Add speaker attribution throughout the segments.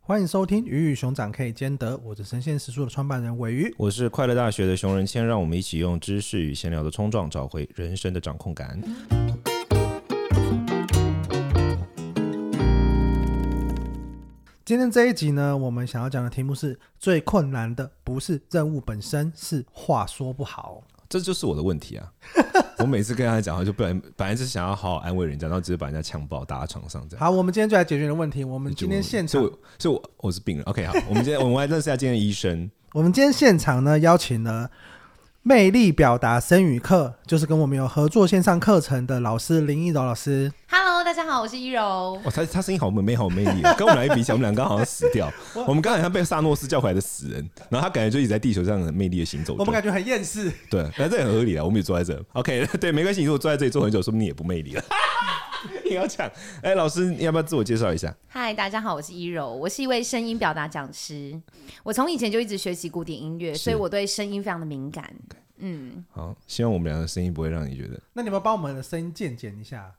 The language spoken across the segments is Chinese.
Speaker 1: 欢迎收听《鱼与熊掌可以兼得》，我是神仙食宿的创办人尾鱼。
Speaker 2: 我是快乐大学的熊仁谦，让我们一起用知识与闲聊的冲撞，找回人生的掌控感。
Speaker 1: 今天这一集呢，我们想要讲的题目是最困难的不是任务本身，是话说不好。
Speaker 2: 这就是我的问 题啊！我每次跟他讲话，就不然本来是想要好好安慰人家，然后直接把人家呛爆，打到床上这样。
Speaker 1: 好，我们今天就来解决你的问题。我们
Speaker 2: 就
Speaker 1: 今天现场
Speaker 2: 所以，我所以我我是病人。OK，好，我们今天我们来认识一下今天的医生。
Speaker 1: 我们今天现场呢邀请了魅力表达声语课，就是跟我们有合作线上课程的老师林一柔老师。
Speaker 3: Hello，大家好，我是一柔。
Speaker 2: 哦哇，他他声音好美，好有魅 力哦，跟我们两个比起来，我们两个好像死掉。我们刚才像被萨诺斯叫回来的死人，然后他感觉就一直在地球上很魅力的行走
Speaker 1: 我们
Speaker 2: 中。
Speaker 1: 感觉很厌世。
Speaker 2: 对，但这很合理啊，我们也坐在这。OK，对，没关系，你如果坐在这里坐很久，说不定你也不魅力了。 你要讲，哎、老师，你要不要自我介绍一下？
Speaker 3: 嗨，大家好，我是一柔，我是一位声音表达讲师。我从以前就一直学习古典音乐，
Speaker 2: 是
Speaker 3: 所以我对声音非常的敏感。嗯，
Speaker 2: 好，希望我们俩的声音不会让你觉得
Speaker 1: 那你们帮我们的声音渐减一下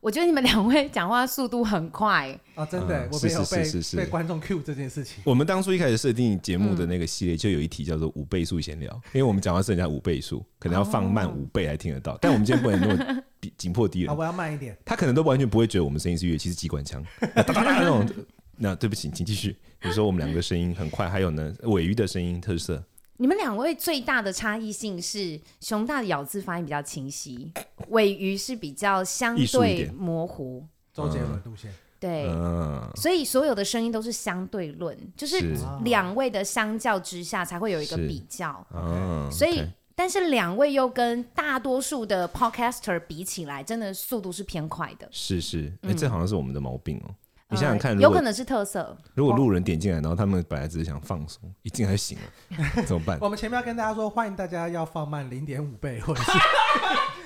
Speaker 3: 我觉得你们两位讲话速度很快，
Speaker 1: 啊！真的，
Speaker 2: 嗯
Speaker 1: 我
Speaker 2: 是
Speaker 1: 没有
Speaker 2: 是
Speaker 1: 被
Speaker 2: 是是是
Speaker 1: 被观众 cue 这件事情。
Speaker 2: 我们当初一开始设定节
Speaker 3: 嗯
Speaker 2: 目的那个系列，就有一题叫做“五倍速闲聊”，因为我们讲话是人家五倍速，可能要放
Speaker 3: 哦
Speaker 2: 慢五倍来听得到。但我们今天不能那 么逼紧迫敌
Speaker 1: 好，
Speaker 2: 人，
Speaker 1: 我要慢一点。
Speaker 2: 他可能都完全不会觉得我们声音是乐器，是机关枪，哒哒哒那种。 那对不起，请继续。你说我们两个的声音很快，还有呢，尾鱼的声音特色，
Speaker 3: 你们两位最大的差异性是熊大的咬字发音比较清晰，尾鱼是比较相
Speaker 2: 艺术一
Speaker 3: 对
Speaker 2: 点
Speaker 3: 模糊。
Speaker 1: 周杰伦路线，
Speaker 3: 对，
Speaker 2: 嗯，
Speaker 3: 所以所有的声音都是相对论，就是
Speaker 2: 是
Speaker 3: 两位的相较之下才会有一个
Speaker 2: 是
Speaker 3: 比较。
Speaker 2: 嗯，
Speaker 3: 所以
Speaker 2: OK，
Speaker 3: 但是两位又跟大多数的 podcaster 比起来，真的速度是偏快的。
Speaker 2: 是是，哎，这好像是我们的毛病哦。你想想看，
Speaker 3: 嗯呃
Speaker 2: 如
Speaker 3: 有可
Speaker 2: 果
Speaker 3: 能哦是特色。
Speaker 2: 如果路人点进来，然后他们本来只是想放松，一进来就醒 了，怎么办？
Speaker 3: 哦
Speaker 1: 我们前面要跟大家说，欢迎大家要放慢零点五倍，或者 是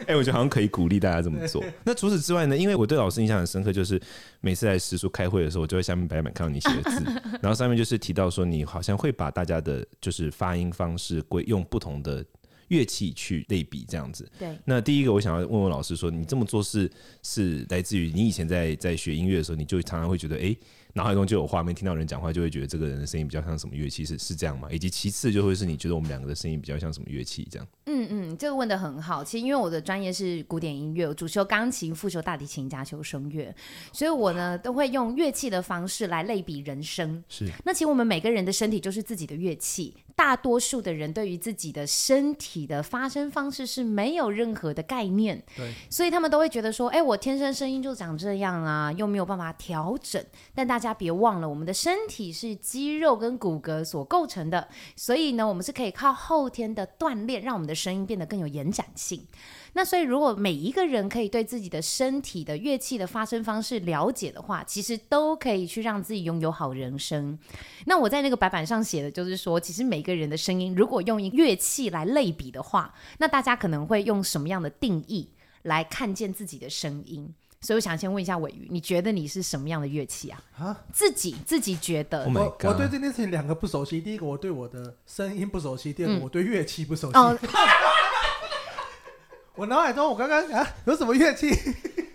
Speaker 2: 哎、我觉得好像可以鼓励大家这么做。那除此之外呢？因为我对老师印象很深刻，就是每次来师叔开会的时候，我就会下面白板看到你写的 字，然后上面就是提到说你好像会把大家的就是发音方式归用不同的乐器去类比这样子。
Speaker 3: 对，
Speaker 2: 那第一个，我想要问问老师说，你这么做是是来自于你以前在在学音乐的时候，你就常常会觉得，哎、脑海中就有画面，听到人讲话就会觉得这个人的声音比较像什么乐器，是是这样吗？以及其次就会是你觉得我们两个的声音比较像什么乐器这样？
Speaker 3: 嗯嗯，这个问的很好。其实因为我的专业是古典音乐，我主修钢琴、副修大提琴、加修声乐，所以我呢都会用乐器的方式来类比人声。
Speaker 2: 是
Speaker 3: 那其实我们每个人的身体就是自己的乐器，大多数的人对于自己的身体的发声方式是没有任何的概念，
Speaker 1: 对，
Speaker 3: 所以他们都会觉得说，哎，我天生声音就长这样啊，又没有办法调整。但大家别忘了，我们的身体是肌肉跟骨骼所构成的，所以呢，我们是可以靠后天的锻炼，让我们的声音变得更有延展性。那所以，如果每一个人可以对自己的身体的乐器的发声方式了解的话，其实都可以去让自己拥有好人声。那我在那个白板上写的就是说，其实每个人的声音，如果用一乐器来类比的话，那大家可能会用什么样的定义来看见自己的声音？所以我想先问一下尾鱼，你觉得你是什么样的乐器啊？
Speaker 1: 啊
Speaker 3: 自己自己觉得
Speaker 2: Oh my
Speaker 1: 我我
Speaker 2: God
Speaker 1: 对这件事情两个不熟悉，第一个我对我的声音不熟悉，第二个
Speaker 3: 嗯
Speaker 1: 我对乐器不熟悉。
Speaker 3: 哦，
Speaker 1: 我脑海中我刚刚啊有什么乐器？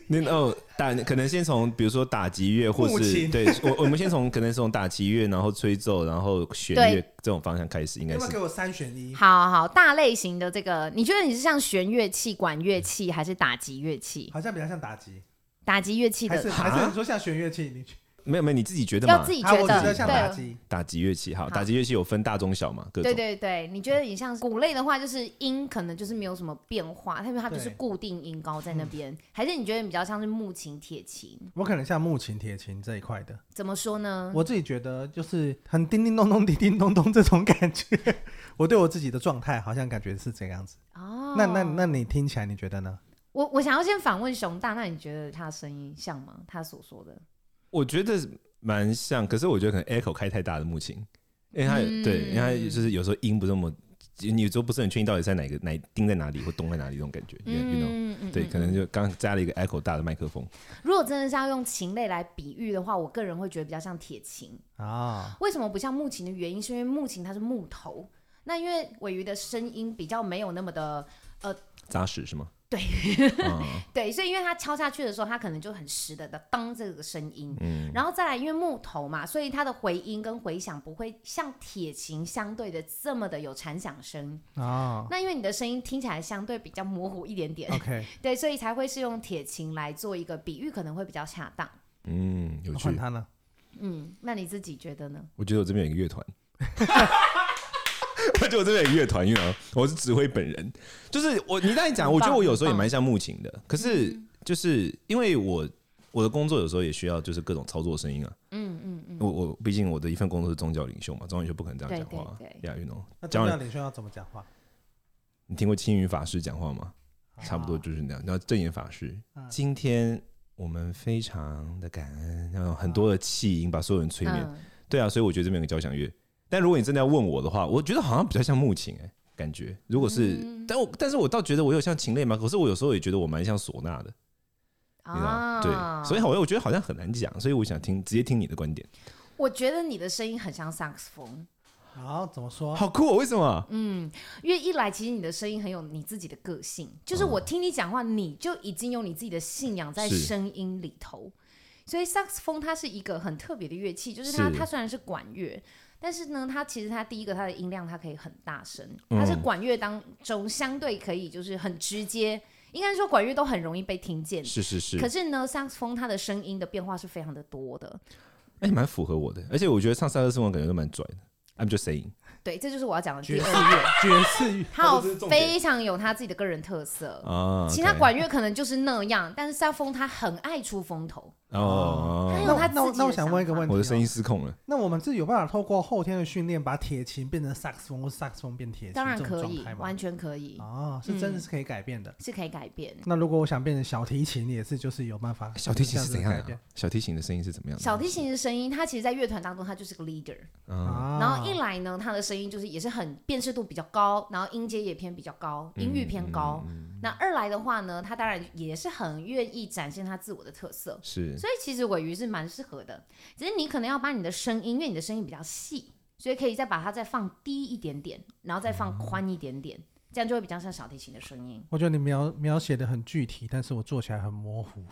Speaker 2: 那哦，打可能先从比如说打击乐，或
Speaker 1: 木
Speaker 2: 是
Speaker 1: 琴
Speaker 2: 对我我们先从可能从打击乐，然后吹奏，然后弦乐这种方向开始，应
Speaker 1: 要
Speaker 2: 该
Speaker 1: 不
Speaker 2: 是
Speaker 1: 要给我三选一？
Speaker 3: 好好，大类型的这个，你觉得你是像弦乐器、管乐器还是打击乐器？
Speaker 1: 好像比较像打击，
Speaker 3: 打击乐器
Speaker 1: 还
Speaker 3: 的
Speaker 1: 是还是你说像弦乐器？你
Speaker 2: 没有没有啊你自己觉得
Speaker 3: 要
Speaker 2: 嘛
Speaker 3: 自？己
Speaker 1: 啊，
Speaker 3: 觉
Speaker 1: 我觉
Speaker 3: 得，
Speaker 1: 得像打
Speaker 3: 对
Speaker 1: 击，
Speaker 2: 打击乐器好，
Speaker 3: 好
Speaker 2: 打击乐器有分大中小嘛，各
Speaker 3: 对
Speaker 2: 种
Speaker 3: 对对，你觉得你像鼓类的话，就是音可能就是没有什么变化，因为它就是
Speaker 1: 对
Speaker 3: 固定音高在那边，
Speaker 1: 嗯
Speaker 3: 还是你觉得你比较像是木琴、铁琴？
Speaker 1: 我可能像木琴、铁琴这一块的。
Speaker 3: 怎么说
Speaker 2: 嗯
Speaker 3: 呢？
Speaker 1: 我自己觉得就是很叮叮咚咚、叮叮咚咚这种感觉。 我对我自己的状态好像感觉是这个样子。
Speaker 3: 哦，
Speaker 1: 那那那你听起来你觉得呢？
Speaker 3: 我我想要先反问熊大，那你觉得他的声音像吗？他所说的，
Speaker 2: 我觉得蛮像，可是我觉得可能 echo 开太大的木琴，因为它、
Speaker 3: 嗯
Speaker 2: 对，因为它就是有时候音不是那么，你有时候不是很确定到底在哪个哪钉在哪里或咚在哪里这种感觉，因为 you know。
Speaker 3: 嗯嗯
Speaker 2: 对，可能就刚加了一个 echo 大的麦克风，
Speaker 3: 如果真的是要用琴类来比喻的话，我个人会觉得比较像铁琴。
Speaker 1: 啊，
Speaker 3: 为什么不像木琴的原因，是因为木琴它是木头，那因为尾鱼的声音比较没有那么的呃
Speaker 2: 杂食是吗？
Speaker 3: 对
Speaker 2: 啊，
Speaker 3: 对，所以因为它敲下去的时候，它可能就很实的的当这个声音，然后再来，因为木头嘛，所以它的回音跟回响不会像铁琴相对的这么的有蝉响声。
Speaker 1: 啊
Speaker 3: 那因为你的声音听起来相对比较模糊一点点，
Speaker 1: ，OK，
Speaker 3: 对，所以才会是用铁琴来做一个比喻，可能会比较恰当。
Speaker 2: 嗯，有
Speaker 1: 那
Speaker 2: 趣
Speaker 1: 换。他呢？
Speaker 3: 嗯，那你自己觉得呢？
Speaker 2: 我觉得我这边有一个乐团， 我觉得我这边有一个乐团，因为我是指挥本人，就是我你刚才讲，我觉得我有时候也蛮像木琴的，可是
Speaker 3: 嗯
Speaker 2: 就是因为我我的工作有时候也需要就是各种操作声音啊，
Speaker 3: 嗯嗯嗯，
Speaker 2: 我我毕竟我的一份工作是宗教领袖嘛，宗教领袖不可能这样讲话
Speaker 3: 对对，
Speaker 2: 亚运龙
Speaker 1: 那宗
Speaker 2: 讲
Speaker 1: 教
Speaker 2: 完，
Speaker 1: 领袖要怎么讲话？
Speaker 2: 你听过青云法师讲话吗？差不多
Speaker 1: 啊
Speaker 2: 就是那样。然后正言法师
Speaker 1: 嗯，
Speaker 2: 今天我们非常的感恩，然后很多的气音把所有人催眠。
Speaker 3: 嗯
Speaker 2: 对啊，所以我觉得这边有个交响乐。但如果你真的要问我的话，我觉得好像比较像木琴哎、感觉。如果是，
Speaker 3: 嗯
Speaker 2: 但我但是我倒觉得我有像琴类吗？可是我有时候也觉得我蛮像唢呐的，你知道吗？
Speaker 3: 啊，
Speaker 2: 对，所以好像我觉得好像很难讲，所以我想听直接听你的观点。
Speaker 3: 我觉得你的声音很像萨克斯风。
Speaker 1: 啊好，怎么说？
Speaker 2: 好酷、哦，为什么？
Speaker 3: 嗯，因为一来其实你的声音很有你自己的个性，就是
Speaker 2: 哦
Speaker 3: 我听你讲话，你就已经有你自己的信仰在
Speaker 2: 是
Speaker 3: 声音里头。所以萨克斯风它是一个很特别的乐器，就是它
Speaker 2: 是
Speaker 3: 它虽然是管乐，但是呢，它其实它第一个它的音量它可以很大声，
Speaker 2: 嗯
Speaker 3: 它是管乐当中相对可以就是很直接，应该说管乐都很容易被听见。
Speaker 2: 是是是，
Speaker 3: 可是呢，萨克斯风它的声音的变化是非常的多的，
Speaker 2: 哎、蛮符合我的，而且我觉得唱萨克斯风感觉都蛮拽的。I'm just saying，
Speaker 3: 对，这就是我要讲的第
Speaker 1: 爵
Speaker 3: 二
Speaker 1: 士
Speaker 3: 个，
Speaker 1: 乐，爵士乐，哦
Speaker 3: 它有非常有它自己的个人特色。
Speaker 2: 啊，
Speaker 3: 其他
Speaker 2: OK
Speaker 3: 管乐可能就是那样，但是萨风他很爱出风头，
Speaker 2: 哦，
Speaker 3: 他
Speaker 2: 哦
Speaker 3: 有
Speaker 1: 那
Speaker 3: 他
Speaker 1: 我那我
Speaker 3: 自己
Speaker 1: 那我想问一个
Speaker 3: 想法
Speaker 1: 问题、哦，
Speaker 2: 我的声音失控了。
Speaker 1: 那我们是有办法透过后天的训练，把铁琴变成萨克斯风，或萨克斯风变铁琴，
Speaker 3: 当然
Speaker 1: 这种
Speaker 3: 可
Speaker 1: 状
Speaker 3: 以
Speaker 1: 态，吗
Speaker 3: 完全嗯可以，
Speaker 1: 哦，是真的是可以改变的。
Speaker 3: 是可以改变。
Speaker 1: 那如果我想变成小提琴，也是就是有办法。
Speaker 2: 小提琴是
Speaker 1: 这
Speaker 2: 怎
Speaker 1: 子
Speaker 2: 样
Speaker 1: 改
Speaker 2: 的
Speaker 1: 变
Speaker 2: 啊？小提琴的声音是怎么样的？
Speaker 3: 小提琴的声音，他其实，在乐团当中，他就是个 leader。
Speaker 2: 啊，
Speaker 1: 啊？
Speaker 3: 然后一来呢，他的声音就是也是很辨识度比较高，然后音阶也偏比较高，
Speaker 1: 嗯
Speaker 3: 音域偏高。那二来的话呢，他当然也是很愿意展现他自我的特色，
Speaker 2: 是
Speaker 3: 所以其实尾鱼是蛮适合的。只是你可能要把你的声音，因为你的声音比较细，所以可以再把它再放低一点点，然后再放宽一点点，这样就会比较像小提琴的声音。
Speaker 1: 我觉得你描描写的很具体，但是我做起来很模糊。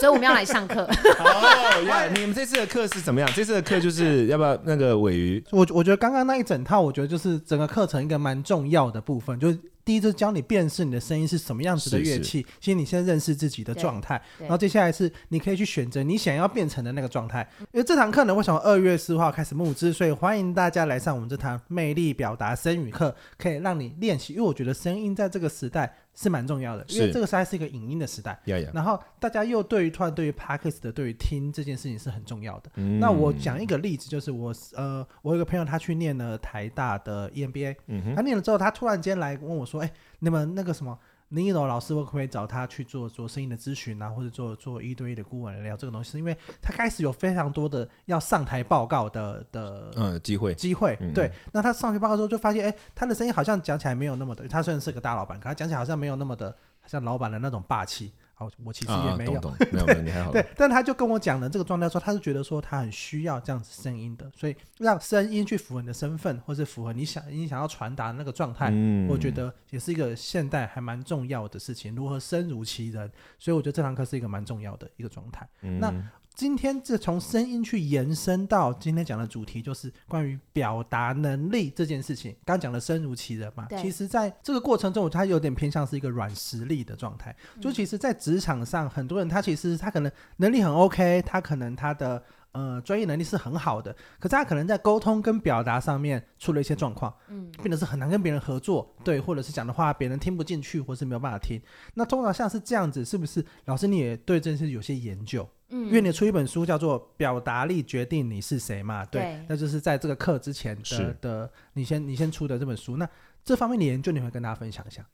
Speaker 3: 所以我们要来上课，
Speaker 2: 哦呀！你们这次的课是怎么样？这次的课 就是要不要那个尾鱼？
Speaker 1: 我我觉得刚刚那一整套，我觉得就是整个课程一个蛮重要的部分，就是第一就是教你辨识你的声音是什么样子的
Speaker 2: 是
Speaker 1: 乐
Speaker 2: 是
Speaker 1: 器，其实你先认识自己的
Speaker 3: 对
Speaker 1: 状态，
Speaker 3: 对
Speaker 1: 然后接下来是你可以去选择你想要变成的那个状态。因为这堂课呢，我想二月四号开始募资，所以欢迎大家来上我们这堂魅力表达声语课，可以让你练习，因为我觉得声音在这个时代是蛮重要的，因为
Speaker 2: 是
Speaker 1: 这个时代是一个影音的时代。
Speaker 2: 呀呀！
Speaker 1: 然后大家又对于突然对于 podcast 的对于听这件事情是很重要的。
Speaker 2: 嗯
Speaker 1: 那我讲一个例子，就是我呃，我有一个朋友他去念了台大的 E EMBA，、
Speaker 2: 嗯哼
Speaker 1: 他念了之后，他突然间来问我说：“哎，你们那个什么林一楼老师，我可不可以找他去做做声音的咨询啊，或者做做一对一的顾问来聊这个东西？”是因为他开始有非常多的要上台报告的的
Speaker 2: 嗯，机会
Speaker 1: 机会。
Speaker 2: 嗯
Speaker 1: 对，那他上去报告之后就发现，哎、他的声音好像讲起来没有那么的，他虽然是个大老板，可他讲起来好像没有那么的像老板的那种霸气。好，我其实
Speaker 2: 啊
Speaker 1: 也
Speaker 2: 啊，
Speaker 1: 没有。
Speaker 2: 懂懂，没有没有，你还 好。
Speaker 1: 对，但他就跟我讲了这个状态说，他是觉得说他很需要这样子声音的，所以让声音去符合你的身份，或是符合你想你想要传达的那个状态，
Speaker 2: 嗯
Speaker 1: 我觉得也是一个现代还蛮重要的事情，如何身如其人。所以我觉得这堂课是一个蛮重要的一个状态。那今天这从声音去延伸到今天讲的主题，就是关于表达能力这件事情。刚讲的身如其人嘛，
Speaker 3: 对
Speaker 1: 其实在这个过程中，我觉得它有点偏向是一个软实力的状态。就其实，在职场上，很多人他其实他可能能力很 OK，他可能他的呃专业能力是很好的，可是他可能在沟通跟表达上面出了一些状况，
Speaker 3: 嗯，
Speaker 1: 变得是很难跟别人合作，对，或者是讲的话别人听不进去，或是没有办法听。那通常像是这样子，是不是老师你也对这件事有些研究？
Speaker 3: 嗯
Speaker 1: 因为你出一本书叫做《表达力决定你是谁》嘛，对，
Speaker 3: 对
Speaker 1: 那就是在这个课之前的
Speaker 2: 是
Speaker 1: 的你先你先出的这本书。那这方面的研究，你会跟大家分享一下？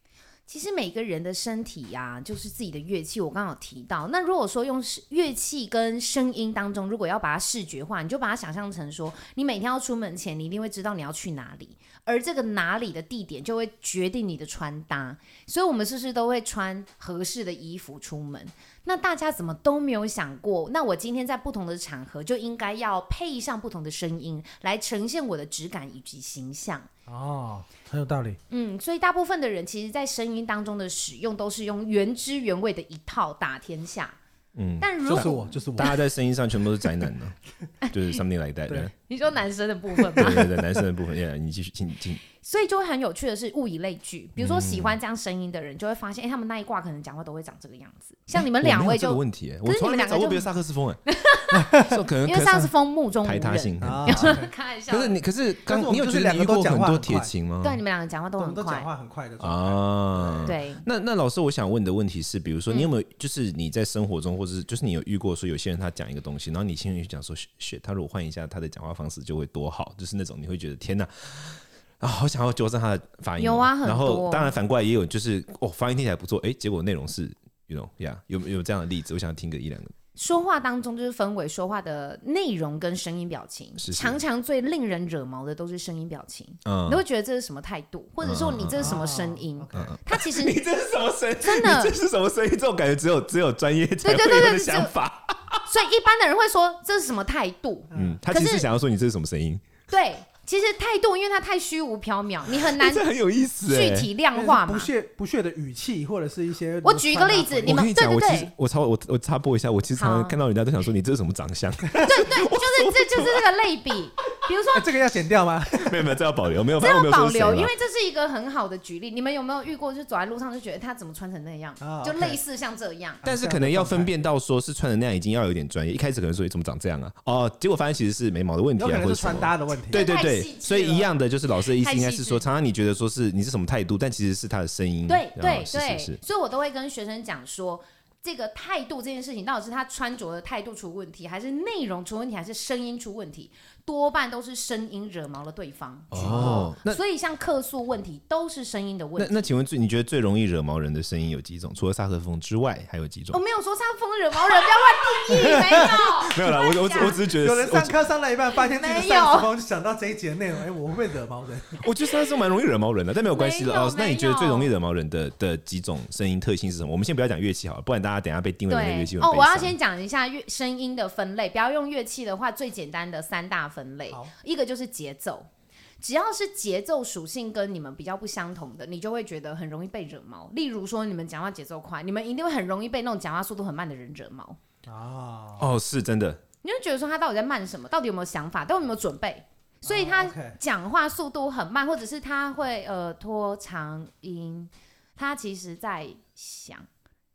Speaker 3: 其实每个人的身体呀、就是自己的乐器。我刚好提到，那如果说用视乐器跟声音当中，如果要把它视觉化，你就把它想象成说，你每天要出门前，你一定会知道你要去哪里，而这个哪里的地点就会决定你的穿搭。所以，我们是不是都会穿合适的衣服出门？那大家怎么都没有想过？那我今天在不同的场合就应该要配上不同的声音，来呈现我的质感以及形象。
Speaker 1: 哦，很有道理。
Speaker 3: 嗯，所以大部分的人其实，在声音当中的使用都是用原汁原味的一套打天下。
Speaker 2: 嗯，
Speaker 3: 但如
Speaker 1: 就是
Speaker 3: 果
Speaker 1: 我，就是我
Speaker 2: 大。家在声音上全部都是宅男 呢，就是 something like that
Speaker 1: 对
Speaker 2: 对。
Speaker 3: 你说男生的部分
Speaker 2: 对
Speaker 3: 吧，
Speaker 2: 对对，男生的部分，yeah, 你继续，请请。
Speaker 3: 所以就会很有趣的是物以类聚。比如说喜
Speaker 2: 嗯
Speaker 3: 欢这样声音的人，就会发现，哎、他们那一挂可能讲话都会长这个样子。像你们两位
Speaker 2: 我没有这个
Speaker 3: 就，
Speaker 2: 问题耶，
Speaker 3: 可
Speaker 2: 我
Speaker 3: 是
Speaker 2: 从来
Speaker 3: 你
Speaker 2: 没
Speaker 3: 们两个
Speaker 2: 找过
Speaker 3: 就
Speaker 2: 别的萨克斯风 哎，这可能
Speaker 3: 因
Speaker 2: 可
Speaker 3: 为
Speaker 2: 是
Speaker 3: 上次风目中无
Speaker 2: 排他性
Speaker 3: 人，
Speaker 2: 很
Speaker 1: 啊
Speaker 3: 开玩笑
Speaker 2: 可。是你，可是
Speaker 1: 但是我们
Speaker 2: 刚你有
Speaker 1: 就
Speaker 2: 觉
Speaker 1: 是
Speaker 2: 得
Speaker 1: 两
Speaker 2: 你
Speaker 1: 个
Speaker 2: 遇
Speaker 1: 都
Speaker 2: 过
Speaker 1: 讲
Speaker 2: 很
Speaker 1: 话
Speaker 2: 多
Speaker 1: 很
Speaker 2: 铁
Speaker 1: 快
Speaker 2: 琴吗？
Speaker 3: 对，你们两个讲话都
Speaker 1: 我们
Speaker 3: 很
Speaker 1: 都讲
Speaker 3: 快，
Speaker 1: 话嗯很快的状态。
Speaker 2: 啊，。
Speaker 3: 对。嗯
Speaker 2: 那那老师，我想问的问题是，比如说，你有没有就是你在生活中，或者是就是你有遇过说有些人他讲一个东西，然后你心里去讲说，shit，他如果换一下他的讲话方式就会多好，就是那种你会觉得天哪。啊，好想要纠正他的发音哦。
Speaker 3: 有啊很
Speaker 2: 然
Speaker 3: 多
Speaker 2: 后当然反过来也有，就是哦，发音听起来不错，哎，结果内容是，you know，呀、yeah,，有有这样的例子，我想听个一两个。
Speaker 3: 说话当中就是分为说话的内容跟声音表情，
Speaker 2: 是是
Speaker 3: 常常最令人惹毛的都是声音表情，
Speaker 2: 嗯
Speaker 3: 你都会觉得这是什么态度，或者说你这是什么声音？
Speaker 1: 哦
Speaker 2: 嗯嗯
Speaker 3: 他其 实
Speaker 2: 你这是什么声？
Speaker 3: 真的
Speaker 2: 你这是什么声音？这种感觉只有只有专业才会
Speaker 3: 对对对
Speaker 2: 有的
Speaker 3: 对
Speaker 2: 想法。
Speaker 3: 所以一般的人会说这是什么态度？
Speaker 2: 嗯，他
Speaker 3: 可
Speaker 2: 其实
Speaker 3: 是
Speaker 2: 想要说你这是什么声音，
Speaker 3: 对，其实态度，因为它太虚无缥缈，你很难
Speaker 2: 这很有意思哎。
Speaker 3: 具体量化
Speaker 1: 不
Speaker 3: 嘛。
Speaker 1: 屑不屑的语气，或者是一些
Speaker 3: 我举一个例子你
Speaker 2: 我
Speaker 3: 们
Speaker 2: 跟你讲，
Speaker 3: 对
Speaker 2: 我
Speaker 3: 对
Speaker 2: 其实我插我我插播一下，我其实常
Speaker 3: 好
Speaker 2: 常看到人家都想说你这是什么长相，
Speaker 3: 就是这就是这个类比，比如说
Speaker 1: 哎 这个要剪掉吗？
Speaker 2: 没有没有，这要保留，没有
Speaker 3: 这
Speaker 2: 反正我没
Speaker 3: 要
Speaker 2: 有说
Speaker 3: 保
Speaker 2: 是谁
Speaker 3: 留，
Speaker 2: 啦
Speaker 3: 因为这是一个很好的举例。你们有没有遇过，就走在路上就觉得他怎么穿成那样，
Speaker 1: 啊
Speaker 3: 就
Speaker 1: OK
Speaker 3: 类似像这样？
Speaker 2: 但是可能要分辨到说是穿的那样已经要有点专业，一开始可能说你怎么长这样啊，哦，结果发现其实是眉毛的问题
Speaker 1: 有
Speaker 2: 啊，
Speaker 1: 可能
Speaker 2: 或者
Speaker 1: 是
Speaker 2: 什
Speaker 1: 穿
Speaker 2: 么。
Speaker 1: 搭的问题。
Speaker 2: 对对
Speaker 3: 太
Speaker 2: 对
Speaker 3: 细致，
Speaker 2: 所以
Speaker 3: 了
Speaker 2: 一样的就是老师的意思
Speaker 3: 太
Speaker 2: 应该
Speaker 3: 细
Speaker 2: 是
Speaker 3: 致
Speaker 2: 说，常常你觉得说是你是什么态度，但其实是他的声音。
Speaker 3: 对
Speaker 2: 啊
Speaker 3: 对
Speaker 2: 是
Speaker 3: 对
Speaker 2: 是是，
Speaker 3: 所以我都会跟学生讲说，这个态度这件事情，到底是他穿着的态度出问题，还是内容出问题，还是声音出问题？多半都是声音惹毛了对方。
Speaker 2: 哦，那
Speaker 3: 所以像客诉问题都是声音的问
Speaker 2: 那
Speaker 3: 题。
Speaker 2: 那，请问最你觉得最容易惹毛人的声音有几种？除了萨克斯风之外，还有几
Speaker 3: 我
Speaker 2: 种？
Speaker 3: 哦没有说上风惹毛人，不要 乱定义，没有。
Speaker 2: 没有啦，我我只我只是觉得
Speaker 1: 有人上课上到一半，发现自己的
Speaker 3: 没有
Speaker 1: 上司风就想到这一节内容，哎，我会不会惹毛人？
Speaker 2: 我觉得三声蛮容易惹毛人的，但没有关系的
Speaker 3: 没有
Speaker 2: 哦。那
Speaker 3: 没
Speaker 2: 你
Speaker 3: 有
Speaker 2: 觉得最容易惹毛人的的几种声音特性是什么？我们先不要讲乐器好了，不然大家等一下被定位为乐器
Speaker 3: 对
Speaker 2: 会很
Speaker 3: 哦，
Speaker 2: 悲
Speaker 3: 我要
Speaker 2: 伤
Speaker 3: 先讲一下乐声音的分类，不要用乐器的话，最简单的三大分类
Speaker 1: 好，
Speaker 3: 一个就是节奏。只要是节奏属性跟你们比较不相同的，你就会觉得很容易被惹毛。例如说，你们讲话节奏快，你们一定会很容易被那种讲话速度很慢的人惹毛。
Speaker 1: 啊，
Speaker 2: 哦，是真的。
Speaker 3: 你就觉得说他到底在慢什么？到底有没有想法？到底有没有准备？所以他
Speaker 1: 哦，OK
Speaker 3: 讲话速度很慢，或者是他会呃拖长音，他其实在想，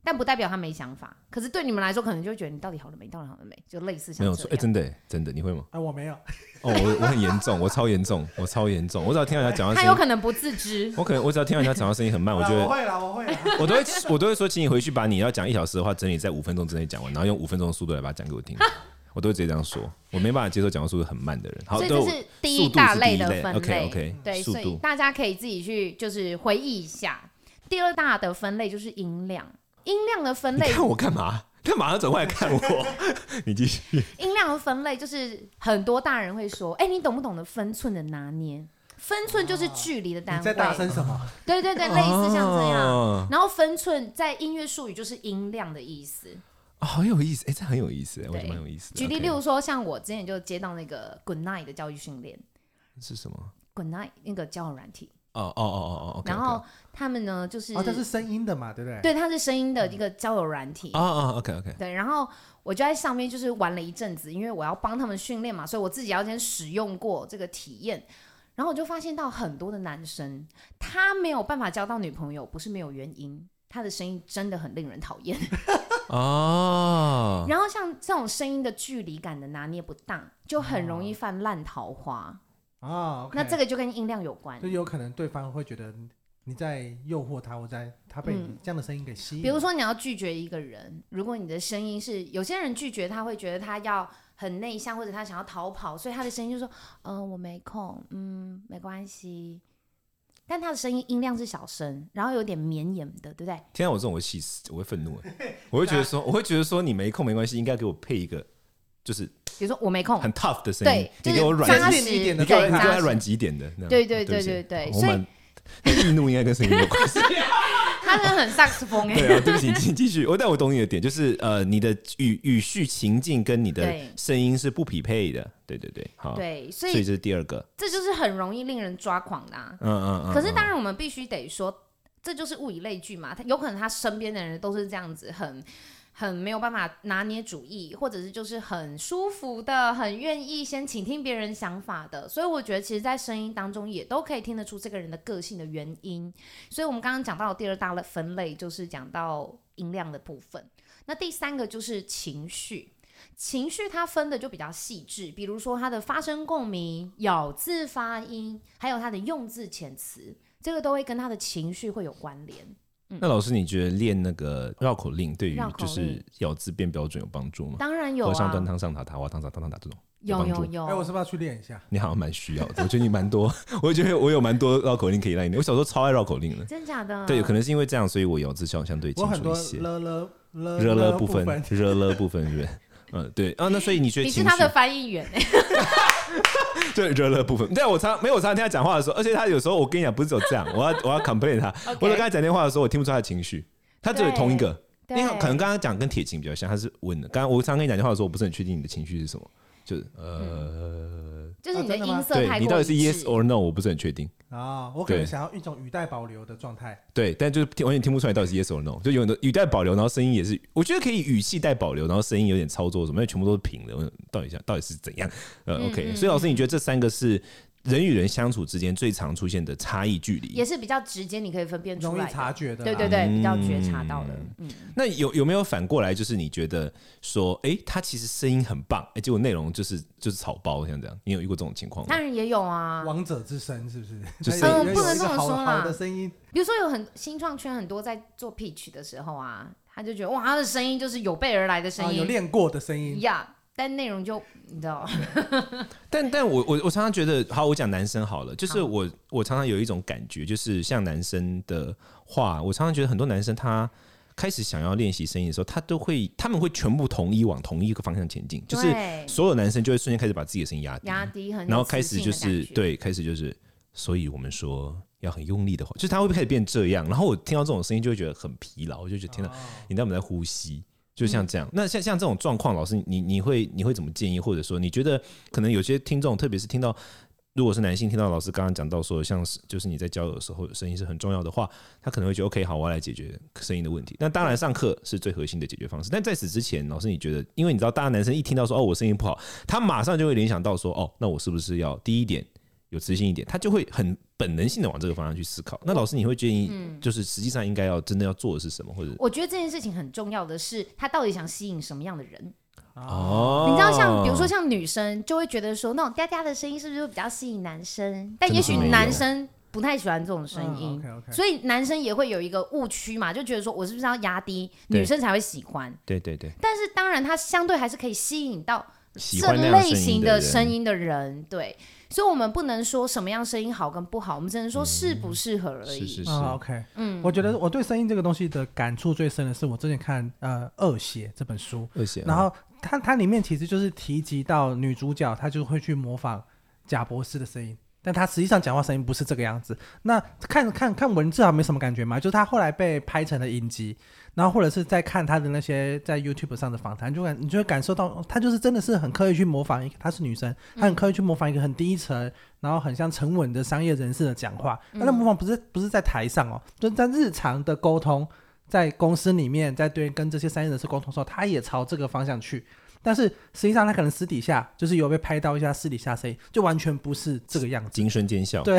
Speaker 3: 但不代表他没想法。可是对你们来说，可能就会觉得你到底好了没？到底好了没？就类似
Speaker 2: 没
Speaker 3: 像
Speaker 2: 有
Speaker 3: 这
Speaker 2: 错，哎，
Speaker 3: 样。
Speaker 2: 真的耶，真的，你会吗？
Speaker 1: 哎，我没有，
Speaker 2: 哦，我我很严重，我超严重，我超严重。我只要听到人家讲话
Speaker 3: 他
Speaker 2: 声
Speaker 3: 有
Speaker 2: 音，，
Speaker 3: 可能不自知
Speaker 2: 我可能我只要听到人家讲话声音很慢，我
Speaker 1: 啊
Speaker 2: 觉
Speaker 1: 我
Speaker 2: 得
Speaker 1: 会啦，我会啦。
Speaker 2: 我都会我都会说，请你回去把你要讲一小时的话整理在五分钟之内讲完，然后用五分钟的速度来把它讲给我 听。我都会直接这样说，我没办法接受讲话速度很慢的人。 好，
Speaker 3: 所以
Speaker 2: 对
Speaker 3: 这
Speaker 2: 我
Speaker 3: 是第
Speaker 2: 速
Speaker 3: 一
Speaker 2: 度
Speaker 3: 大
Speaker 2: 是
Speaker 3: 类
Speaker 2: 第一
Speaker 3: 的
Speaker 2: 类
Speaker 3: 分类。
Speaker 2: OK OK，
Speaker 3: 对，
Speaker 2: 速
Speaker 3: 所以
Speaker 2: 度
Speaker 3: 大家可以自己去就是回忆一下。第二大的分类就是音量，音量的分
Speaker 2: 你
Speaker 3: 类
Speaker 2: 看我干嘛？他马上转过来看我， 你继续。
Speaker 3: 音量的 分类就是很多大人会说，哎、你懂不懂得分寸的拿捏？分寸就是距离的单
Speaker 1: 你
Speaker 3: 位，
Speaker 1: 在大声什么？
Speaker 3: 对对对，类似像这样。
Speaker 2: 哦
Speaker 3: 然后分寸在音乐术语就是音量的意思。
Speaker 2: 哦好有意思，哎、这很有意思，哎，我觉得蛮有意思的。
Speaker 3: 举例，
Speaker 2: OK
Speaker 3: 例如说，像我之前就接到那个 Good Night 的教育训练
Speaker 2: 是什么？
Speaker 3: ，Good Night 那个交友软体，
Speaker 2: 哦哦哦哦哦，OK，OK，
Speaker 3: 然后他们呢就是，
Speaker 1: 哦，这是声音的嘛，对不对？
Speaker 3: 嗯对，它是声音的一个交友软体。
Speaker 2: 哦哦，OK OK，
Speaker 3: 对，然后我就在上面就是玩了一阵子，因为我要帮他们训练嘛，所以我自己要先使用过这个体验。然后我就发现到很多的男生，他没有办法交到女朋友，不是没有原因，他的声音真的很令人讨厌。
Speaker 2: 哦，
Speaker 3: 然后像这种声音的距离感的拿捏不当，就很容易犯烂桃花。
Speaker 1: 啊，
Speaker 3: 那这
Speaker 1: 个
Speaker 3: 个就跟音量有关
Speaker 1: 就。有可能对方会觉得你在诱惑他，或在他被你这样的声音给
Speaker 2: 嗯
Speaker 1: 吸引。
Speaker 3: 嗯比如说你要拒绝一个人，如果你的声音是有些人拒绝，他会觉得他要很内向，或者他想要逃跑，所以他的声音就说：“嗯、我没空，嗯，没关系。”但他的声音音量是小声，然后有点绵延的，对不对？
Speaker 2: 听到啊我这种我会气死，我会愤怒，哎，我会觉得 说，我会觉得说你没空没关系，应该给我配一个就是
Speaker 3: 比如说我没空，
Speaker 2: 很 tough 的声音
Speaker 3: 哦
Speaker 2: 你
Speaker 3: 对，，就是
Speaker 2: 给我软
Speaker 3: 扎
Speaker 1: 一
Speaker 2: 一
Speaker 1: 点
Speaker 3: 实
Speaker 1: 一点的
Speaker 2: 你给我
Speaker 3: 对
Speaker 2: 你给
Speaker 3: 扎
Speaker 2: 我
Speaker 3: 实
Speaker 2: 软几点的，那样哦
Speaker 3: 对对对
Speaker 2: 不起
Speaker 3: 对对
Speaker 2: 我
Speaker 3: 所以
Speaker 2: 蛮易怒应该跟声音有关系，
Speaker 3: 他真的很萨克斯风哎、
Speaker 2: 对啊，对不起，继继续。我但我懂你的点，就是呃，你的语语序情境跟你的
Speaker 3: 对
Speaker 2: 声音是不匹配的。对对对，好，
Speaker 3: 对，所
Speaker 2: 啊所
Speaker 3: 以
Speaker 2: 以这是第二个。
Speaker 3: 这就是很容易令人抓狂的、啊。
Speaker 2: 嗯嗯嗯。
Speaker 3: 可是
Speaker 2: 嗯
Speaker 3: 当然，我们必须得说，这就是物以类聚嘛。他有可能他身边的人都是这样子，很很没有办法拿捏主意，或者是就是很舒服的，很愿意先倾听别人想法的。所以我觉得，其实，在声音当中也都可以听得出这个人的个性的原因。所以我们刚刚讲到的第二大类分类，就是讲到音量的部分。那第三个就是情绪。情绪它分的就比较细致，比如说它的发声共鸣、咬字发音，还有它的用字遣词，这个都会跟他的情绪会有关联。
Speaker 2: 那老师，你觉得练那个绕口令对于
Speaker 3: 绕
Speaker 2: 就
Speaker 3: 口令
Speaker 2: 是咬字变标准有帮助吗？
Speaker 3: 当然有
Speaker 2: 和尚端
Speaker 3: 啊，
Speaker 2: 汤上塔，塔花汤上汤汤塔这种，
Speaker 3: 有
Speaker 2: 帮助
Speaker 3: 有
Speaker 1: 哎，我
Speaker 3: 有，
Speaker 1: 是不是要去练一下？
Speaker 2: 你好像蛮需要的。我觉得你蛮多，我觉得我有蛮多绕口令可以让你练。我小时候超爱绕口令的。
Speaker 3: 真假 的？
Speaker 2: 对，可能是因为这样，所以我咬字相相对清
Speaker 1: 我很
Speaker 2: 楚一
Speaker 1: 多
Speaker 2: 些。
Speaker 1: 了了了
Speaker 2: 热了
Speaker 1: 了
Speaker 2: 部分
Speaker 1: 分，，
Speaker 2: 热了部分是不是。嗯，对啊，那所以你觉得
Speaker 3: 你是
Speaker 2: 情
Speaker 3: 他
Speaker 2: 绪
Speaker 3: 的翻 译员、欸，
Speaker 2: 对热了部分？对，我常没有我常常听他讲话的时候，而且他有时候我跟你讲不是只有这样，我要我要 complain 他。我在跟他讲电话的时候，我听不出他的情绪，他只有同一个，因
Speaker 3: 对
Speaker 2: 为可能刚刚讲跟铁琴比较像，他是温的。刚刚我常跟你讲电话的时候，我不是很确定你的情绪是什么，就是呃，
Speaker 3: 就是你
Speaker 1: 啊真的吗
Speaker 3: 音色
Speaker 2: 对
Speaker 3: 太过一致。
Speaker 2: 你到底是 yes or no，我不是很确定。
Speaker 1: 啊，我可能
Speaker 2: 对
Speaker 1: 想要一种语带保留的状态。
Speaker 2: 对，但就是听完全听不出来到底是 yes or no，就有很多语带保留，然后声音也是，我觉得可以语气带保留，然后声音有点操作什么，因为全部都是平的，我到底想到底是怎样？呃、o
Speaker 3: 嗯
Speaker 2: k 所以老师，你觉得这三个是人与人相处之间最常出现的差异距离？
Speaker 3: 也是比较直接，你可以分辨出
Speaker 1: 容易
Speaker 3: 来的。
Speaker 1: 察觉的啦，
Speaker 3: 对对
Speaker 2: 嗯
Speaker 3: 对，比较觉察到的。嗯，
Speaker 2: 那有有没有反过来，就是你觉得说，诶，他其实声音很棒，诶，结果内容就是就是草包像这样，啊你有遇过这种情况吗
Speaker 3: 当？然也有啊。
Speaker 1: 王者之声是不是？
Speaker 2: 就是
Speaker 1: 它有
Speaker 2: 嗯
Speaker 1: 有
Speaker 2: 不
Speaker 3: 能这么
Speaker 1: 一个好
Speaker 3: 说啦
Speaker 1: 好的声音，啊
Speaker 3: 比如说有很新创圈很多在做 pitch 的时候啊，他就觉得哇，他的声音就是有备而来的声
Speaker 1: 啊，
Speaker 3: 音，
Speaker 1: 有练过的声音，
Speaker 3: 呀。但内容就你知道，
Speaker 2: 但但我我我常常觉得，好，我讲男生好了，就是我我常常有一种感觉，就是像男生的话，我常常觉得很多男生他开始想要练习声音的时候，他都会他们会全部统一往同一个方向前进，就是
Speaker 3: 对
Speaker 2: 所有男生就会瞬间开始把自己的声音压低，
Speaker 3: 压低很有
Speaker 2: 然后开
Speaker 3: 磁
Speaker 2: 始就
Speaker 3: 性的感
Speaker 2: 是
Speaker 3: 觉，
Speaker 2: 对，开始就是，所以我们说要很用力的话，就是他会开始变这样，然后我听到这种声音就会觉得很疲劳，我就觉得天哪，你到底有没有在呼吸？就
Speaker 3: 嗯
Speaker 2: 像这样，那像像这种状况，老师你你你会你会怎么建议，或者说你觉得可能有些听众，特别是听到如果是男性听到老师刚刚讲到说，像是就是你在交友的时候声音是很重要的话，他可能会觉得 OK 好，我要来解决声音的问题。那当然上课是最核心的解决方式，但在此之前，老师你觉得，因为你知道大家男生一听到说哦我声音不好，他马上就会联想到说哦那我是不是要第一点有自信一点，他就会很本能性的往这个方向去思考。那老师你会建议，就是实际上应该要真的要做的是什么，或者
Speaker 3: 我觉得这件事情很重要的是，他到底想吸引什么样的人？
Speaker 2: 哦
Speaker 3: 你知道像，比如说像女生，就会觉得说那种嗲嗲的声音是不是就比较吸引男生？
Speaker 2: 真
Speaker 3: 但
Speaker 2: 的
Speaker 3: 也
Speaker 2: 是
Speaker 3: 许
Speaker 2: 没有
Speaker 3: 男生不太喜欢这种声音，
Speaker 1: OK OK，
Speaker 3: 所以男生也会有一个误区嘛，就觉得说我是不是要压低
Speaker 2: 对
Speaker 3: 女生才会喜欢？
Speaker 2: 对对对，
Speaker 3: 但是当然，它相对还是可以吸引到
Speaker 2: 喜
Speaker 3: 这
Speaker 2: 欢那样
Speaker 3: 类型
Speaker 2: 的
Speaker 3: 声
Speaker 2: 人。
Speaker 3: 音的人，对，所以我们不能说什么样声音好跟不好，我们只能说适不适合而已。
Speaker 2: 嗯是是是，
Speaker 1: 啊，OK，
Speaker 3: 嗯，
Speaker 1: 我觉得我对声音这个东西的感触最深的是，我之前看呃《恶血》这本书，
Speaker 2: 而且
Speaker 1: 然后它它里面其实就是提及到女主角，她就会去模仿贾博士的声音，但她实际上讲话声音不是这个样子。那看看看文字啊，没什么感觉嘛，就是她后来被拍成了影集，然后或者是在看她的那些在 YouTube 上的访谈，就感你就会感受到哦她就是真的是很刻意去模仿一个，她是女生，她很刻意去模仿一个很低沉，然后很像沉稳的商业人士的讲话。那她模仿不是不是在台上哦，就是在日常的沟通。在公司里面，在对跟这些商业人士沟通的时候，他也朝这个方向去。但是实际上，他可能私底下就是有被拍到一下私底下声音，就完全不是这个样子。
Speaker 2: 惊声尖笑，
Speaker 1: 对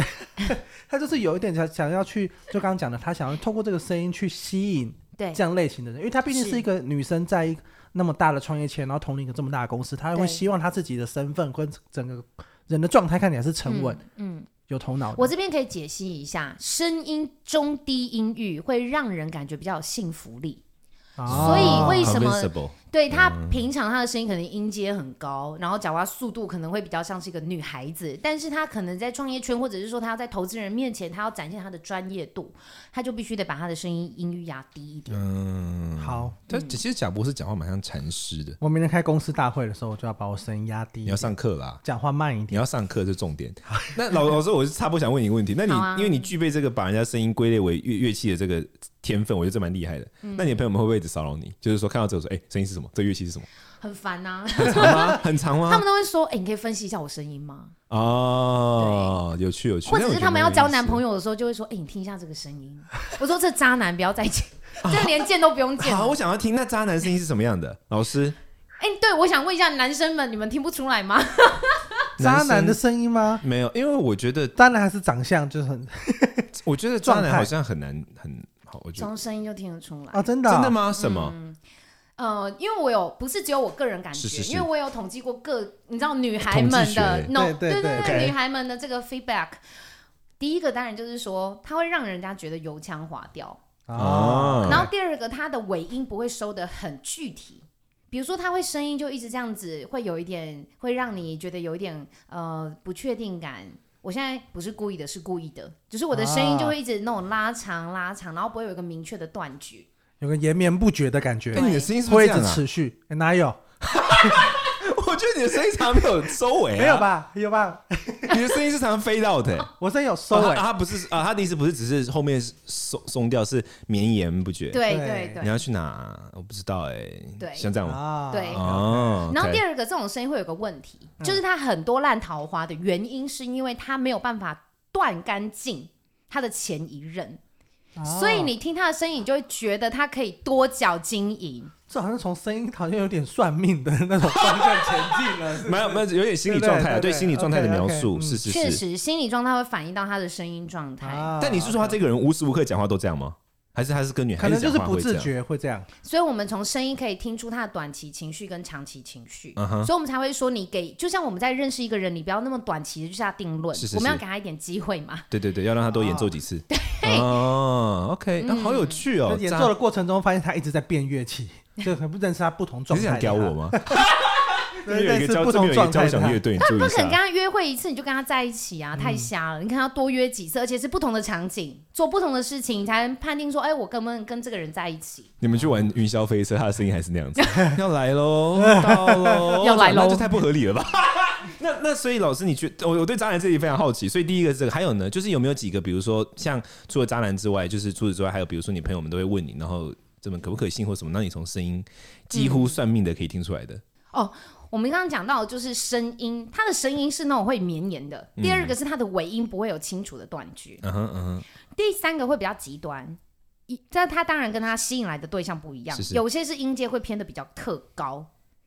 Speaker 1: 他就是有一点想想要去，就刚刚讲的，他想要透过这个声音去吸引
Speaker 3: 对
Speaker 1: 这样类型的人，因为她毕竟
Speaker 3: 哎是
Speaker 1: 是一个女生，在一个那么大的创业圈，然后统领一个这么大的公司，她
Speaker 3: 对
Speaker 1: 会希望她自己的身份跟整个人的状态看起来是沉稳、
Speaker 3: 嗯。嗯，
Speaker 1: 有头脑的。
Speaker 3: 我这边可以解析一下，声音中低音域会让人感觉比较有幸福力。
Speaker 1: 啊
Speaker 3: 所以为什么
Speaker 2: Convincible
Speaker 3: 对他
Speaker 2: 嗯
Speaker 3: 平常他的声音可能音阶很高，然后讲话速度可能会比较像是一个女孩子，但是他可能在创业圈或者是说他要在投资人面前，他要展现他的专业度，他就必须得把他的声音音域压低一点。
Speaker 2: 嗯，
Speaker 1: 好，
Speaker 2: 但其实贾博士讲话蛮像禅师的，
Speaker 1: 我明天开公司大会的时候，我就要把我声音压低一
Speaker 2: 你
Speaker 1: 点
Speaker 2: 要，上课啦。
Speaker 1: 讲话慢一点。
Speaker 2: 你要上课是重点。那老老师，我是差不多想问你一个问题。那你、
Speaker 3: 好啊
Speaker 2: 因为你具备这个把人家声音归类为乐乐器的这个天分，我觉得这蛮厉害的。
Speaker 3: 嗯
Speaker 2: 那你的朋友们会不会一直骚扰你？就是说看到这个说，哎、声音是什 么？这乐器是什么？
Speaker 3: 很烦呐、
Speaker 2: 很长吗？很长
Speaker 3: 他
Speaker 2: 吗
Speaker 3: 们？都会说：“哎、你可以分析一下我声音吗？”
Speaker 2: 哦，有趣有趣。
Speaker 3: 或者是他们要交男朋
Speaker 2: 友。
Speaker 3: 友的时候，就会说：“哎、你听一下这个声音。”我说：“这渣男不要再 见，这连见都不用见。”
Speaker 2: 好，我想要听那渣男声音是什么样的？老师，
Speaker 3: 哎、对，我想问一下男生们，你们听不出来吗？
Speaker 1: 渣男的
Speaker 2: 生
Speaker 1: 声音吗？
Speaker 2: 没有，因为我觉得，
Speaker 1: 当然还是长相，就是很
Speaker 2: 我觉得渣
Speaker 1: 状
Speaker 2: 男
Speaker 1: 态
Speaker 2: 好像很难很好，我觉得
Speaker 3: 从声音就听得出来。
Speaker 1: 啊，真的啊、
Speaker 2: 真的吗？什
Speaker 3: 嗯
Speaker 2: 么？
Speaker 3: 呃，因为我有不是只有我个人感觉，
Speaker 2: 是是是
Speaker 3: 因为我有统计过各你知道女孩
Speaker 2: 统计
Speaker 3: 们
Speaker 2: 学
Speaker 3: 的 no
Speaker 1: 对
Speaker 3: 对
Speaker 1: 对
Speaker 3: 对
Speaker 1: 对
Speaker 2: ，OK
Speaker 3: 女孩们的这个 feedback。第一个当然就是说，它会让人家觉得油腔滑调。
Speaker 1: 哦，
Speaker 2: 嗯
Speaker 3: 然后第二个，它的尾音不会收的很具体，比如说它会声音就一直这样子，会有一点会让你觉得有一点呃不确定感。我现在不是故意的，是故意的，只是我的声音就会一直那种拉长拉长，然后不会有一个明确的断句。
Speaker 1: 有个延绵不绝的感觉
Speaker 2: 哎，，你的声音是不
Speaker 1: 会
Speaker 2: 是
Speaker 1: 一
Speaker 2: 这样
Speaker 1: 直
Speaker 2: 啊？
Speaker 1: 持续，哎哪有？
Speaker 2: 我觉得你的声音常常没有收尾、啊，
Speaker 1: 没有？吧？有吧？
Speaker 2: 你的声音是常常飞到的、欸。
Speaker 1: 我声音有 收
Speaker 2: 啊
Speaker 1: 尾
Speaker 2: 他，他不是啊，他的意思不是只是后面是松松掉，是绵延不绝。
Speaker 3: 对
Speaker 1: 对
Speaker 3: 对
Speaker 2: 你
Speaker 3: 对
Speaker 2: 要去哪？我不知道哎、
Speaker 3: 对
Speaker 2: 像这样吗？
Speaker 1: 啊，
Speaker 3: 对
Speaker 2: 哦，
Speaker 3: 然后
Speaker 2: OK
Speaker 3: 第二个，这种声音会有个问题，就是它很多烂桃花的原因，是因为它没有办法断干净它的前一任，
Speaker 1: 啊
Speaker 3: 所以你听它的声音，你就会觉得它可以多角经营。
Speaker 1: 这好像从声音好像有点算命的那种方向前进了，是不是
Speaker 2: 没有没有，有点心理状态
Speaker 1: 对对对嗯
Speaker 2: 啊，对心理状态的描述
Speaker 1: OK，OK，
Speaker 2: 是是
Speaker 3: 确
Speaker 2: 是。
Speaker 3: 实，心理状态会反映到他的声音状态，
Speaker 1: 啊
Speaker 2: 但你是说他这个人无时无刻讲话都这样吗？还是他是跟女孩
Speaker 1: 可
Speaker 2: 子
Speaker 1: 能就
Speaker 2: 讲
Speaker 1: 是
Speaker 2: 话
Speaker 1: 不
Speaker 2: 会这
Speaker 1: 自
Speaker 2: 样？
Speaker 1: 觉会这样，
Speaker 3: 所以我们从声音可以听出他的短期情绪跟长期情绪
Speaker 2: 嗯哼
Speaker 3: 所以我们才会说你给，就像我们在认识一个人，你不要那么短期的就下定论，
Speaker 2: 是是是
Speaker 3: 我们要给他一点机会嘛。
Speaker 2: 对对对，要让他多演奏几次。哦，OK，那好有趣哦
Speaker 1: 就。演
Speaker 2: 渣
Speaker 1: 奏的过程中发现他一直在变乐 器，就很不认识他不同
Speaker 2: 你
Speaker 1: 状
Speaker 2: 是
Speaker 1: 态的他。
Speaker 2: 想屌我吗？这
Speaker 1: 对？
Speaker 2: 边
Speaker 1: 认
Speaker 2: 有一个
Speaker 1: 识
Speaker 2: 交，
Speaker 1: 不
Speaker 2: 这
Speaker 1: 同
Speaker 2: 边有一个
Speaker 1: 状态
Speaker 2: 交
Speaker 1: 的
Speaker 2: 响
Speaker 1: 他
Speaker 2: 乐队，你注意
Speaker 3: 不
Speaker 2: 一
Speaker 3: 可能跟
Speaker 2: 下。
Speaker 3: 他约会一次你就跟他在一起啊，太瞎了！你
Speaker 2: 嗯
Speaker 3: 看他多约几次，而且是不同的场景，做不同的事情，你才能判定说，哎，我跟不能跟这个人在一起。
Speaker 2: 你们去玩云霄飞车，他的声音还是那样 子，要来喽，到喽，
Speaker 3: 要来喽
Speaker 2: 那就太不合理了吧？ 那那所以老师，你觉得哦我我对渣男这里非常好奇，所以第一个是这个，还有呢，就是有没有几个，比如说像除了渣男之外，就是除此之外，还有比如说你朋友们都会问你，然后这么可不可信或什么，那你从声音几乎算命的可以听出来的，
Speaker 3: 我们刚刚讲到，就是声音，他的声音是那种会绵延的。第二个是他的尾音不会有清楚的断句，
Speaker 2: 嗯哼嗯
Speaker 3: 第三个会比较极端，一但他当然跟他吸引来的对象不一样，
Speaker 2: 是是
Speaker 3: 有些是音阶会偏的比较特高，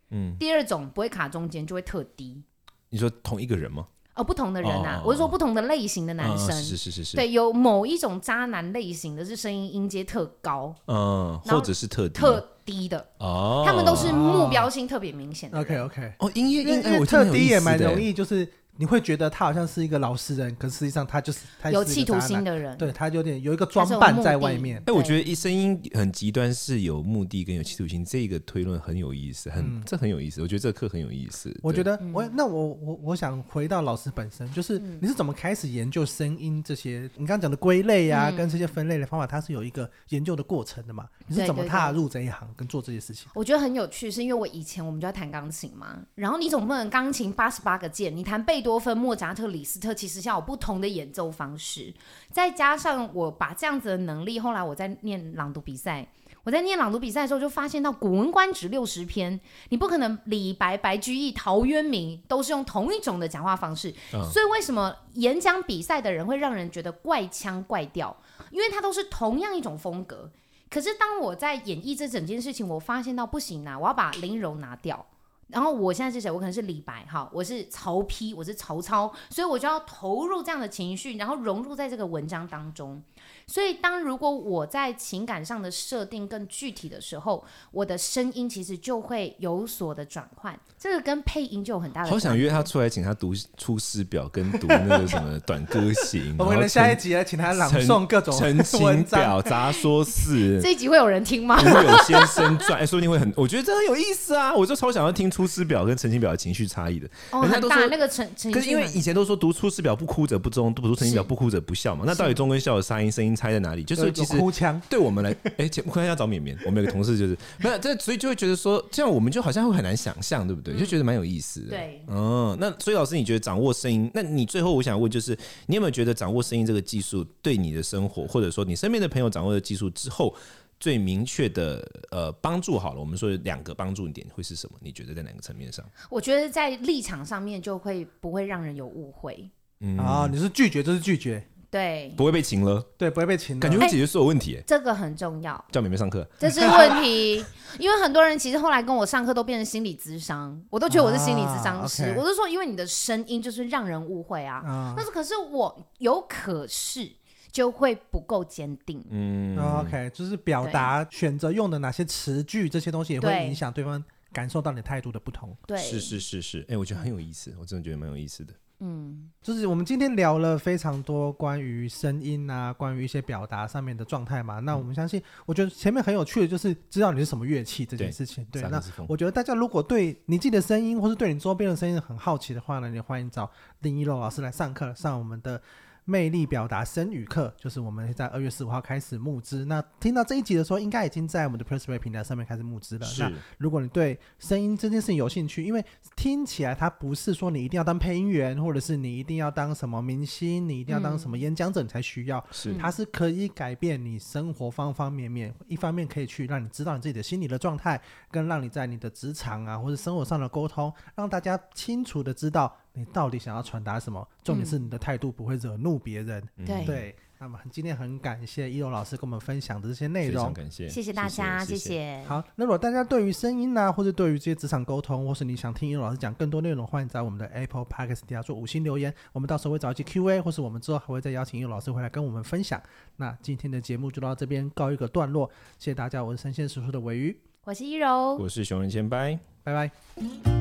Speaker 2: 嗯，
Speaker 3: 第二种不会卡中间，就会特低。
Speaker 2: 你说同一个人吗？
Speaker 3: 呃，不同的人啊，
Speaker 2: 哦
Speaker 3: 我是说不同的类型的男生，
Speaker 2: 嗯是是是是，，
Speaker 3: 对，有某一种渣男类型的是声音音阶特高、
Speaker 2: 嗯，
Speaker 3: 然后
Speaker 2: 或者是特地
Speaker 3: 特低的，
Speaker 2: 哦，
Speaker 3: 他们都是目标性特别明显的人。
Speaker 1: OK OK，
Speaker 2: 哦音乐
Speaker 1: 因为
Speaker 2: 音
Speaker 1: 因
Speaker 2: 哎我
Speaker 1: 为
Speaker 2: 觉得
Speaker 1: 特
Speaker 2: 很有
Speaker 1: 低
Speaker 2: 意
Speaker 1: 也
Speaker 2: 思
Speaker 1: 蛮
Speaker 2: 的
Speaker 1: 容易，就是你会觉得他好像是一个老实人，可是实际上他就是他
Speaker 3: 有
Speaker 1: 是
Speaker 3: 企
Speaker 1: 一个
Speaker 3: 图
Speaker 1: 渣
Speaker 3: 心
Speaker 1: 男，
Speaker 3: 的人，
Speaker 1: 对他有点有一个
Speaker 3: 他
Speaker 1: 装
Speaker 3: 是有目
Speaker 1: 扮在
Speaker 3: 的
Speaker 1: 外面。
Speaker 2: 哎、我
Speaker 3: 对
Speaker 2: 觉得一声音很极端是有目的跟有企图心，这个推论很有意思，很、这很有意思。我觉得这个课很有意思。
Speaker 1: 嗯我觉
Speaker 2: 得
Speaker 1: 得
Speaker 3: 嗯
Speaker 1: 我那我我我想回到老师本身，就是你是怎么开始研究声音这些？你刚刚讲的归类呀、跟这些分类的方法，它是有一个研究的过程的嘛？你是
Speaker 3: 嗯对
Speaker 1: 怎么
Speaker 3: 对
Speaker 1: 踏
Speaker 3: 对
Speaker 1: 入这一行跟做这些事情？
Speaker 3: 我觉得很有趣，是因为我以前我们就在弹钢琴嘛，然后你总不能钢琴八十八个键，你弹贝多芬、莫扎特、李斯特，其实要有不同的演奏方式。再加上我把这样子的能力，后来我在念朗读比赛，我在念朗读比赛的时候就发现到《古文观止》六十篇，你不可能李白、白居易、陶渊明都是用同一种的讲话方式，
Speaker 2: 嗯
Speaker 3: 所以为什么演讲比赛的人会让人觉得怪腔怪调？因为他都是同样一种风格，可是当我在演绎这整件事情，我发现到不行啊，我要把林柔拿掉。然后我现在是谁？我可能是李白，哈，我是曹丕，我是曹操，所以我就要投入这样的情绪，然后融入在这个文章当中。所以当如果我在情感上的设定更具体的时候，我的声音其实就会有所的转换，这个跟配音就有很大的
Speaker 2: 好
Speaker 3: 关系。
Speaker 2: 想约他出来，请他读出师表跟读那个 什么短歌行，
Speaker 1: 我们
Speaker 2: 然
Speaker 1: 可
Speaker 2: 后
Speaker 1: 能下一
Speaker 2: 陈
Speaker 1: 集来请他朗
Speaker 2: 陈
Speaker 1: 诵各种
Speaker 2: 陈情
Speaker 1: 文章。
Speaker 2: 表、杂说四。
Speaker 3: 这一集会有人听吗？
Speaker 2: 古有先生传，哎，说不定会很，我觉得这很有意思啊！我就超想要听出出师表跟成绩表的情绪差异的。
Speaker 3: 哦，
Speaker 2: 人家
Speaker 3: 很
Speaker 2: 都
Speaker 3: 大
Speaker 2: 说
Speaker 3: 那个陈陈
Speaker 2: 可是因为以前都说读出师表不哭者不忠，读成绩表
Speaker 3: 是
Speaker 2: 不哭者不孝嘛。那到底忠跟孝的差异声音差在哪里？就是其
Speaker 1: 有
Speaker 2: 实
Speaker 1: 哭腔，
Speaker 2: 对我们来， 哎、前我看要找绵绵，我们有个同事就是没有，这所以就会觉得说，这样我们就好像会很难想象，对不对？就觉得蛮有意思的。
Speaker 3: 对
Speaker 2: 嗯，那所以老师，你觉得掌握声音？那你最后我想问，就是你有没有觉得掌握声音这个技术对你的生活，或者说你身边的朋友掌握的技术之后，最明确的呃帮助？好了，我们说有两个帮助点会是什么？你觉得在哪个层面上？
Speaker 3: 我觉得在立场上面就会不会让人有误会，
Speaker 2: 嗯，
Speaker 1: 啊，你是拒绝就是拒绝，
Speaker 3: 对，
Speaker 2: 不会被请了，
Speaker 1: 对，不会被请的。
Speaker 2: 感觉会解决所有问题、哎
Speaker 3: 这个很重要，
Speaker 2: 叫绵绵上课，
Speaker 3: 这是问题。 因为很多人其实后来跟我上课都变成心理咨商，我都觉得我是心理咨商师，
Speaker 1: 啊，OK
Speaker 3: 我就说因为你的声音就是让人误会啊。
Speaker 1: 啊
Speaker 3: 但是可是我有可是就会不够坚定，
Speaker 2: 嗯
Speaker 1: 哦，OK，就是表达选择用的哪些词句，这些东西也会
Speaker 3: 对
Speaker 1: 影响对方感受到你态度的不同。
Speaker 3: 对，
Speaker 2: 是是是是，哎、我觉得很有意思，我真的觉得蛮有意思的。
Speaker 3: 嗯，
Speaker 1: 就是我们今天聊了非常多关于声音啊，关于一些表达上面的状态嘛。那我们相信，我觉得前面很有趣的就是知道你是什么乐器这件
Speaker 2: 对啊
Speaker 1: 事情。对，
Speaker 2: 萨克
Speaker 1: 那
Speaker 2: 斯风
Speaker 1: 我觉得大家如果对你自己的声音，或是对你周边的声音很好奇的话呢，也欢迎找林一龙老师来上课，上我们的。魅力表达声语课，就是我们在二月十五号开始募资。那听到这一集的时候，应该已经在我们的 Press Play 平台上面开始募资了。那
Speaker 2: 是。
Speaker 1: 如果你对声音这件事情有兴趣，因为听起来它不是说你一定要当配音员，或者是你一定要当什么明星，你一定要当什么演讲者你才需要，
Speaker 2: 是
Speaker 1: 它是可以改变你生活方方面面。一方面可以去让你知道你自己的心理的状态，跟让你在你的职场啊或者生活上的沟通，让大家清楚的知道你到底想要传达什么。重点是你的态度不会惹怒别人。
Speaker 3: 对
Speaker 1: 对，那么今天很感谢一柔老师跟我们分享的这些内
Speaker 2: 非
Speaker 1: 容
Speaker 2: 常。感谢，
Speaker 3: 谢谢大家，谢
Speaker 2: 谢。
Speaker 3: 谢。
Speaker 1: 好，那如果大家对于声音呢、啊或者对于这些职场沟通，或是你想听英文老师讲更多内容，欢迎在我们的 Apple Podcast 底下做五星留言，我们到时候会找一期 Q&A，或是我们之后还会再邀请英文老师回来跟我们分享。那今天的节目就到这边告一个段落，谢谢大家，我是生鲜叔叔的尾鱼，
Speaker 3: 我是一柔，
Speaker 2: 我是熊仁谦，拜。
Speaker 1: 拜拜。
Speaker 4: 「